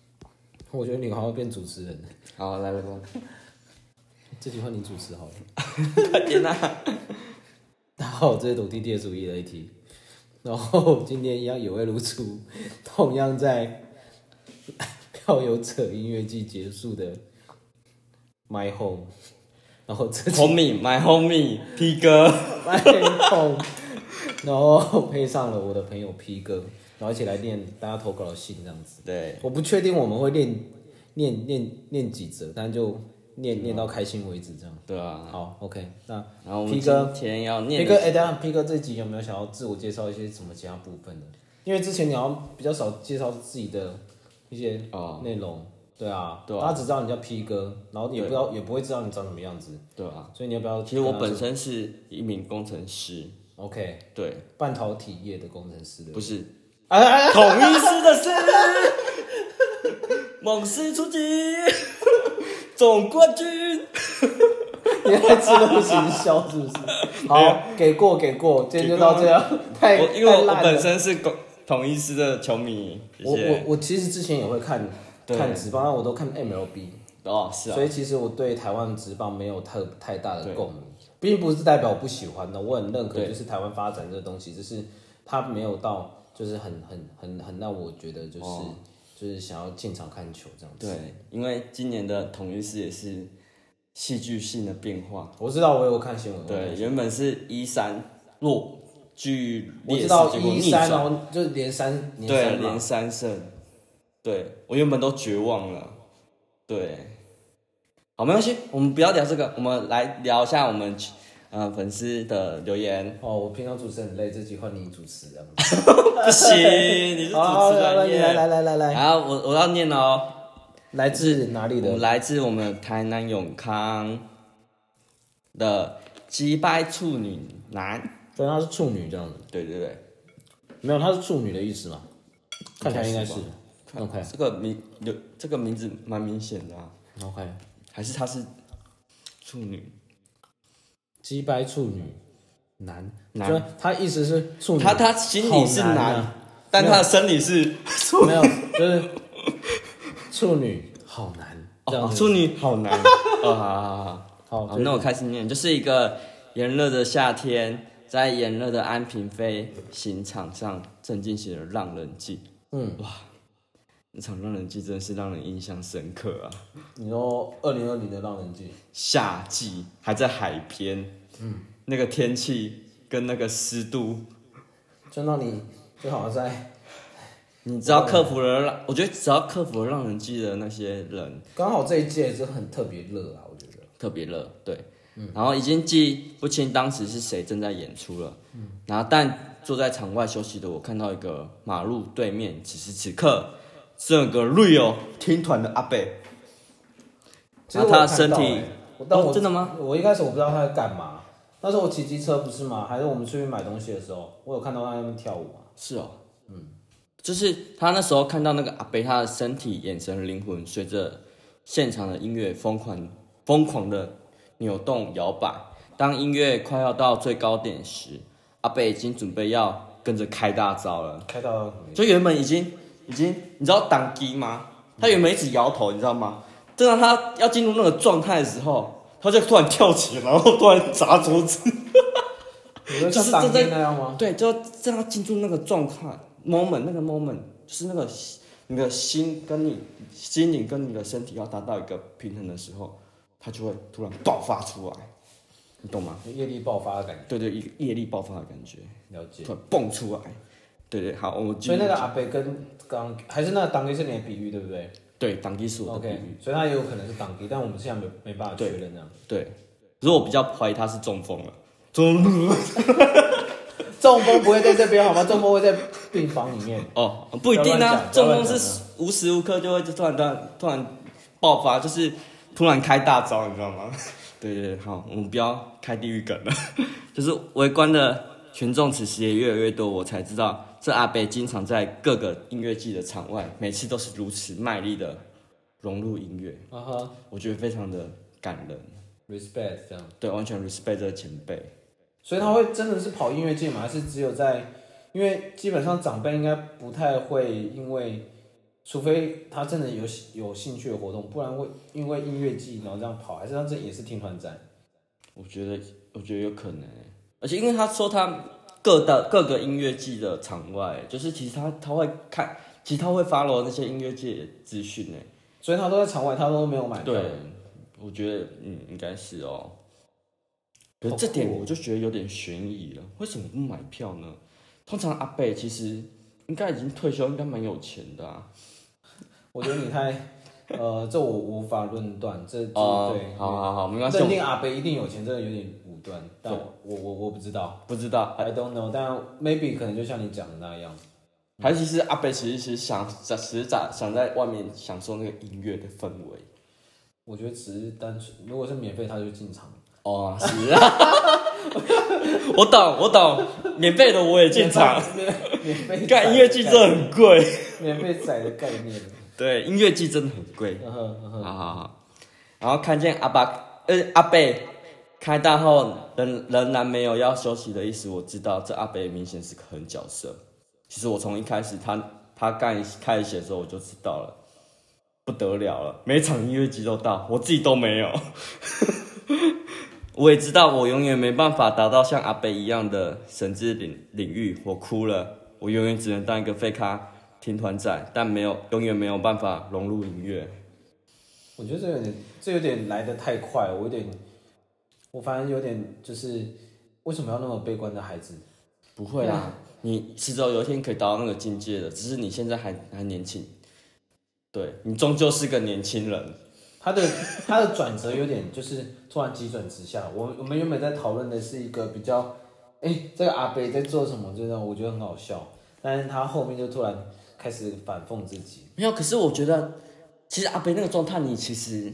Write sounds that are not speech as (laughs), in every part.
(laughs) 我觉得你好像变主持人了，好，来来来， (laughs) 这句话你主持好了。 (laughs) 天哪、大家好，这是土地地主一 A T，然后今天一样有位如初，同样在漂游者音乐季结束的 My Home，然后这 h o m i e m y homie P 哥， My Home，然后配上了我的朋友 P 哥，然后一起来念大家投稿的信这样子。对，我不确定我们会念念念念几折，但就念念到开心为止这样。对啊，好，OK，那然后我 P 们哥今天要皮念哥，的，哎、等一下皮哥这集有没有想要自我介绍一些什么其他部分的？因为之前你好像比较少介绍自己的一些哦内容，对啊，对啊大家只知道你叫 P 哥，然后也不知道，也不会知道你长什么样子，对啊，所以你要不要跟他说？其实我本身是一名工程师， OK 对，半导体业的工程师的，不是哎哎哎统一师 (laughs) 的师，猛狮出击，总冠军。你在吃东西笑 (laughs) 是不是？好，给过给过，今天就到这样， (laughs) 太我因为太我我烂本了。身是统统一师的球迷，谢我谢我我其实之前也会看对看职棒，但我都看 MLB。哦是啊所，以其实我对台湾职棒没有特太大的共鸣，并不是代表我不喜欢的，我很认可，对就是台湾发展这个东西，就是它没有到就是很很很很让我觉得就是、就是想要进场看球这样子。对，因为今年的统一师也是戏剧性的变化，我知道，我有看新闻，对，原本是一三弱剧我知劣势，道结果一逆三，转，然后就是连三连对，三嘛连三胜，对我原本都绝望了，对，好，没关系，我们不要聊这个，我们来聊一下我们呃粉丝的 (laughs) 留言，哦，我平常主持很累，这集换你主持这样。不行，你是主持好，来专来业，来来来来，然后我我要念了哦。来自哪里我的们？来自我们台南永康的击败处女男，对，她是处女这样子，对对对，没有，她是处女的意思嘛？看起来应该是。OK 这个名有这个名字蛮明显的、啊， OK。还是他是处女？鸡掰处女男，男就是他意思是处女，他他心里是好男，难啊但他的生理是没有，就是处女好难，这样哦子、处女，好难哦，好好好好。好，好，对那我开始念，就是一个炎热的夏天，在炎热的安平飞行场上，郑敬写的《浪人记》。嗯，哇，那场《浪人记》真的是让人印象深刻啊！你说二零二零的浪人记，夏季还在海边，嗯，那个天气跟那个湿度，就让你就好像在你只要克服了让，我觉得只要克服了让人记得那些人，刚好这一届是很特别热啊，我觉得特别热，对，然后已经记不清当时是谁正在演出了，然后但坐在场外休息的我看到一个马路对面，此时此刻这个 real 听团的阿贝，其实我有然啊后他看身到体欸我但哦我、真的吗？我一开始我不知道他在干嘛，那时候我骑机车不是吗？还是我们出去买东西的时候，我有看到他在那边跳舞啊，是哦，嗯，就是他那时候看到那个阿贝，他的身体、眼神、灵魂随着现场的音乐疯狂、疯狂的扭动摇摆。当音乐快要到最高点时，阿贝已经准备要跟着开大招了。开到就原本已经已经，你知道挡机吗？他原本一直摇头，你知道吗？正当啊他要进入那个状态的时候，他就突然跳起来，然后突然砸桌子。你说就像是当这兵那样吗？对，就正要进入那个状态 moment，那个 moment 就是那个心你的心跟你心灵跟你的身体要达到一个平衡的时候，它就会突然爆发出来，你懂吗？业力爆发的感对对，一个业力爆发的感觉，觉，了解。突然蹦出来。对对，好，我们继所以续那。个阿北跟刚还是那个党地是你的比喻对不对对，挡技术我的比？OK，喻。所以他也有可能是党地，但我们现在没没办法确对认这样。对，可是我比较怀疑他是中风了。中风中风不会在这边好吗？中风会在病房里 (laughs) 面。哦，不一定不要乱啊讲，中不要乱风讲是无时无刻就会突然突然突然爆发，就是突然开大招，你知道 (laughs) 吗？对对对，好，我们不要开地狱梗了。 (laughs) 就是围观的群众此时也越来越多，我才知道这阿北经常在各个音乐季的场外，每次都是如此卖力的融入音乐，啊哈我觉得非常的感人。 ，respect 这样。对，完全 respect 这个前辈。所以他会真的是跑音乐界吗？还是只有在？因为基本上长辈应该不太会因为除非他真的有有兴趣的活动，不然会因为音乐季然后这样跑，还是他这也是听团战。我觉得，我觉得有可能欸，而且因为他说他各的各个音乐季的场外，就是其实他他会看，其实他会 follow 那些音乐界的资讯诶。所以他都在场外，他都没有买票。对，我觉得嗯，应该是哦。可是好这点酷哦我就觉得有点悬疑了，为什么不买票呢？通常阿贝其实应该已经退休，应该蛮有钱的啊。我觉得你太，呃，这我无法论断，这这哦对，好好好，没关系，认我定阿北一定有钱，这个有点武断，但我我我我不知道不知道。 ，I don't know，但 maybe 可能就像你讲的那样，还是其实阿北其实是想想实在想在外面享受那个音乐的氛围。我觉得只是单纯，如果是免费他就进场，哦，是 (laughs) 啊，我懂我懂，免费的我也进场。免费，免费 (laughs) 干音乐剧真的很贵，免费仔的概念，对，音乐剧真的很贵。嗯哼嗯好哼好好，然后看见阿爸呃阿贝开大后仍仍然没有要休息的意思，我知道这阿贝明显是个狠角色。其实我从一开始他他干开始写的时候我就知道了，不得了了，每场音乐季都到，我自己都没有。 (laughs) 我也知道我永远没办法达到像阿北一样的神之领领域，我哭了，我永远只能当一个废咖听团仔，但没有永远没有办法融入音乐。我觉得这有点，这有点来的太快，我有点，我反正有点就是，为什么要那么悲观的孩子？不会嗯啦，啊你迟早有一天可以达到那个境界的，只是你现在还还年轻，对你终究是个年轻人。他的 (laughs) 他的转折有点就是突然急转直下。我我们原本在讨论的是一个比较，哎、这个阿北在做什么，这种我觉得很好笑。但是他后面就突然开始反讽自己，没有，可是我觉得，其实阿北那个状态，你其实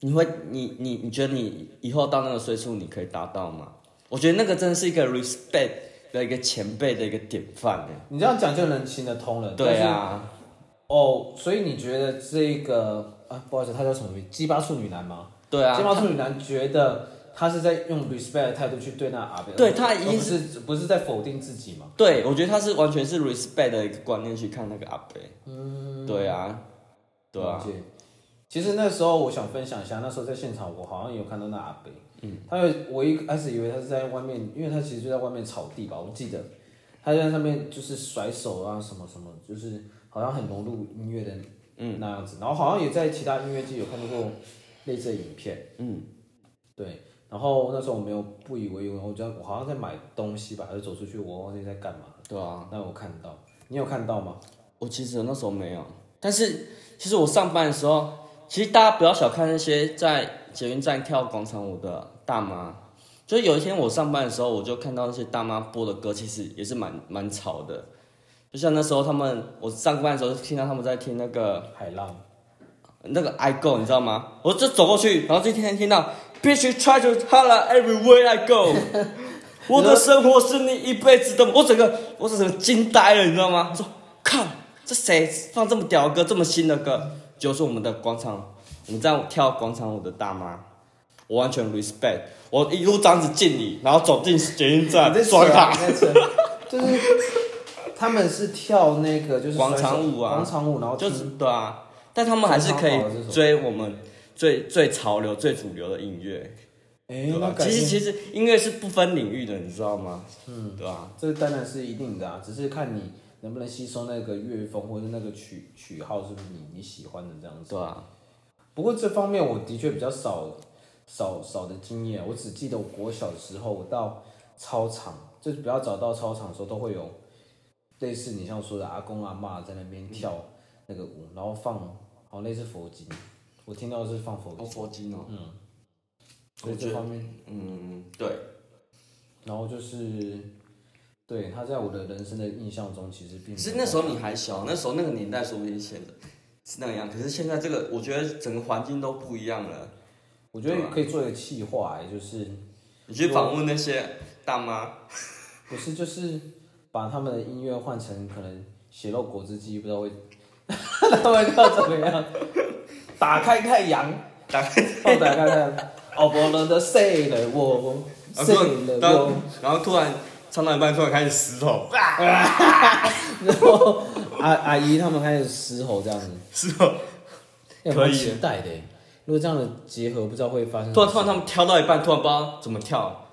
你会，你你你觉得你以后到那个岁数，你可以达到吗？我觉得那个真的是一个 respect 的一个前辈的一个典范哎。你这样讲就能行得通了。对啊，但是。哦，所以你觉得这个啊，不好意思，他叫什么名？鸡巴处女男吗？对啊鸡，巴处女男觉得他是在用 respect 的态度去对那阿北，对他而已经不是不是在否定自己嘛？对我觉得他是完全是 respect 的一个观念去看那个阿北。嗯，对啊，对啊了，解。其实那时候我想分享一下，那时候在现场，我好像有看到那阿北，嗯，他有我一开始以为他是在外面，因为他其实就在外面草地吧，我记得他就在上面就是甩手啊什么什么，就是好像很融入音乐的嗯那样子，然后好像也在其他音乐季有看到过类似的影片，嗯，对。然后那时候我没有不以为意，我觉得我好像在买东西吧，还是走出去，我忘记在干嘛了。对啊。那我看到，你有看到吗？我其实那时候没有，但是其实我上班的时候，其实大家不要小看那些在捷运站跳广场舞的大妈，就是有一天我上班的时候，我就看到那些大妈播的歌，其实也是蛮蛮吵的。就像那时候他们，我上班的时候就听到他们在听那个海浪，那个 I go，你知道吗？我就走过去，然后就天天听到 Bitch try to holla everywhere I go 。 (laughs) 我的生活是你一辈子的，我整个我整个惊呆了，你知道吗？我说靠，这谁放这么屌的歌，这么新的歌？就是我们的广场，我们这样跳广场舞的大妈，我完全 respect，我一路这样子敬礼，然后走进捷运站你在，刷卡。扯，你在 (laughs) 扯，就是他们是跳那个就是广场舞啊广场舞，然后就就是是对啊，但他们还是可非以常好的这首追我们最最潮流、最主流的音乐。哎对，那吧？感其实觉其实音乐是不分领域的，你知道吗？嗯，对吧？这当然是一定的啊，只是看你能不能吸收那个乐风或者那个曲曲号是不是你你喜欢的这样子。对啊，不过这方面我的确比较少少少的经验，我只记得我国小的时候，我到操场，就是比较早到操场的时候，都会有类似你像说的阿公阿嬷在那边跳那个舞，然后放好像类似佛经，我听到的是放佛经。佛经哦，嗯，所以这方面，嗯，对，然后就是，对他在我的人生的印象中，其实并其实没有那时候你还小，那时候那个年代说不定现在是那样，可是现在这个我觉得整个环境都不一样了。我觉得可以做一个企划、哎就是你去访问那些大妈，不是就是把他们的音乐换成可能血肉果汁机，不知道会 (laughs) 他们要怎么样？打开太阳，打开放打开太阳，哦，我们的谁了我， (laughs) 然谁后突然了我， (laughs) 然后然后突然唱到一半，突然开始石头，啊然后阿阿姨他们开始嘶吼这样子，是哦。哎可以蛮期待的耶。如果这样的结合，不知道会发生什突么然事。突然他们跳到一半，突然不知道怎么跳，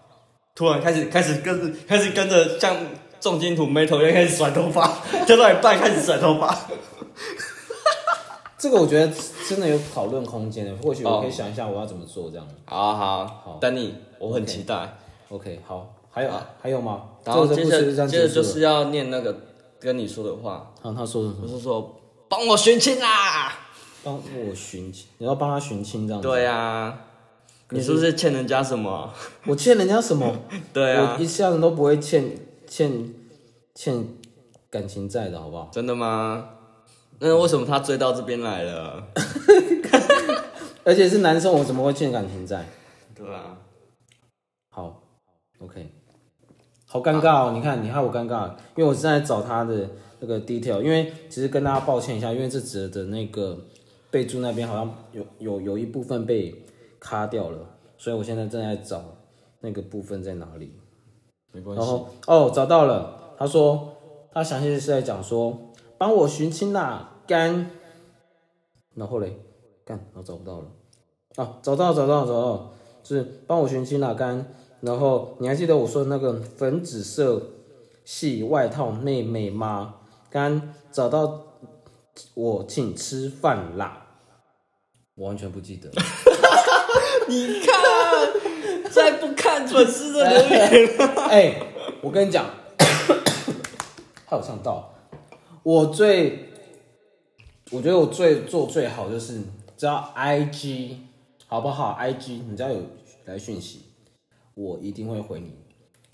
突然开始开始跟着开始跟着像重金属 metal 一样开始甩头发，跳到一半开始甩头发。这个我觉得真的有讨论空间的，或许哦我可以想一下我要怎么做这样。好好好好，丹尼，我很期待。 OK，好，还有好还有吗？啊然后这接个故事这着样接着结束就了。是要念那个跟你说的话，好，他说什我么？是说帮我寻亲啦。帮我寻亲，你要帮他寻亲这样子。对啊，你是不是欠人家 (laughs) 什么？我欠人家什么？ (laughs) 对啊我，一向都不会欠欠欠感情债的好不好？真的吗？那为什么他追到这边来了？而且是男生，我怎么会欠感情债？对啊，好，OK，好尴尬哦！你看，你害我尴尬，因为我是在找他的那个 detail，因为其实跟大家抱歉一下，因为这则的那个备注那边好像有有有一部分被卡掉了，所以我现在正在找那个部分在哪里。没关然系。后哦，找到了，他说他详细是在讲说帮我寻亲啦，干。然后嘞，干，然后找不到了。啊，找到了，找到了，找到了，就是帮我寻亲啦，干。然后你还记得我说的那个粉紫色系外套妹妹吗？干，找到我请吃饭啦。我完全不记得。你看，再不看准是的留言， (laughs) 哎、我跟你讲， (coughs) 还有唱到，我最，我觉得我最做最好就是，只要 IG 好不好？IG 你只要有来讯息，我一定会回你，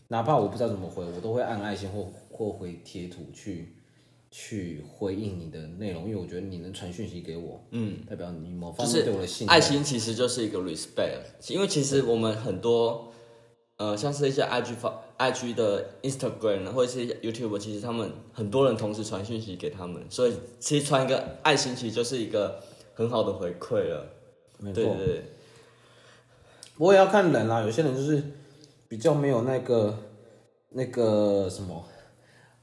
哪怕我不知道怎么回，我都会按爱心或或回贴图去去回应你的内容，因为我觉得你能传讯息给我，嗯，代表你某就方面是对我的信任爱心其实就是一个 respect，因为其实我们很多呃，像是一些 IG 发 IG 的 Instagram 或者是 YouTube，其实他们很多人同时传讯息给他们，所以其实传一个爱心其实就是一个很好的回馈了。没对错。对对，我也要看人啦，有些人就是比较没有那个那个什么，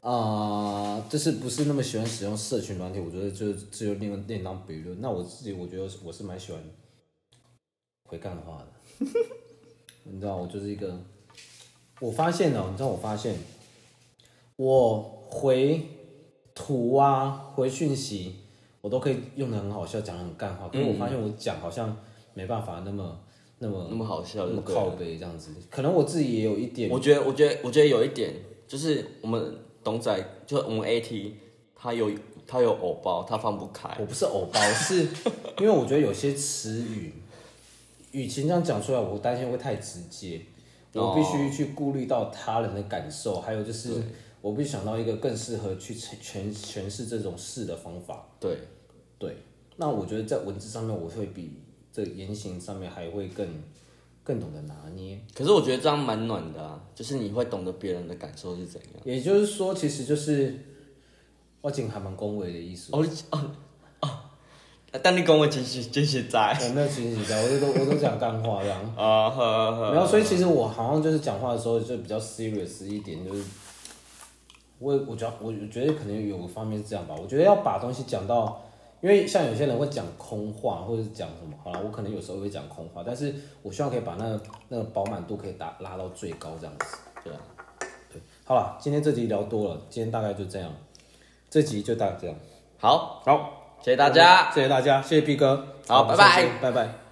啊，就是不是那么喜欢使用社群软体，我觉得就只有另另当别论。那我自己我觉得我是蛮喜欢回干话的，你知道，我就是一个，我发现哦了，你知道，我发现我回图啊，回讯息，我都可以用的很好笑，讲得很干话，可是我发现我讲好像没办法那么那么那么好笑那就么对了啊靠背这样子，可能我自己也有一点我觉得，我觉得，我觉得有一点就是我们董仔，就我们 AT，他有他有偶包，他放不开。我不是偶包，是因为我觉得有些词语，与其这样讲出来，我担心会太直接，我必哦须去顾虑到他人的感受，还有就是我必须想到一个更适合去诠诠诠释这种事的方法。对，对，那我觉得在文字上面，我会比这言行上面还会更更懂得拿捏。可是我觉得这样蛮暖的啊，就是你会懂得别人的感受是怎样。也就是说，其实就是我景还蛮恭维的意思。哦你哦哦，啊但你跟我继续继续在我没有情绪在，我都我都讲干话这 (laughs) 样。啊，呵呵，然后，所以其实我好像就是讲话的时候就比较 serious 一点，就是我我觉得我觉得可能有个方面是这样吧，我觉得要把东西讲到，因为像有些人会讲空话或者是讲什么，好了，我可能有时候会讲空话，但是我希望可以把那个那个饱满度可以达拉到最高这样子。对啊，对，好了，今天这集聊多了，今天大概就这样，这集就大概这样。好，好，谢谢大家。谢谢大家，谢谢 P 哥，好我们拜拜下次见拜拜。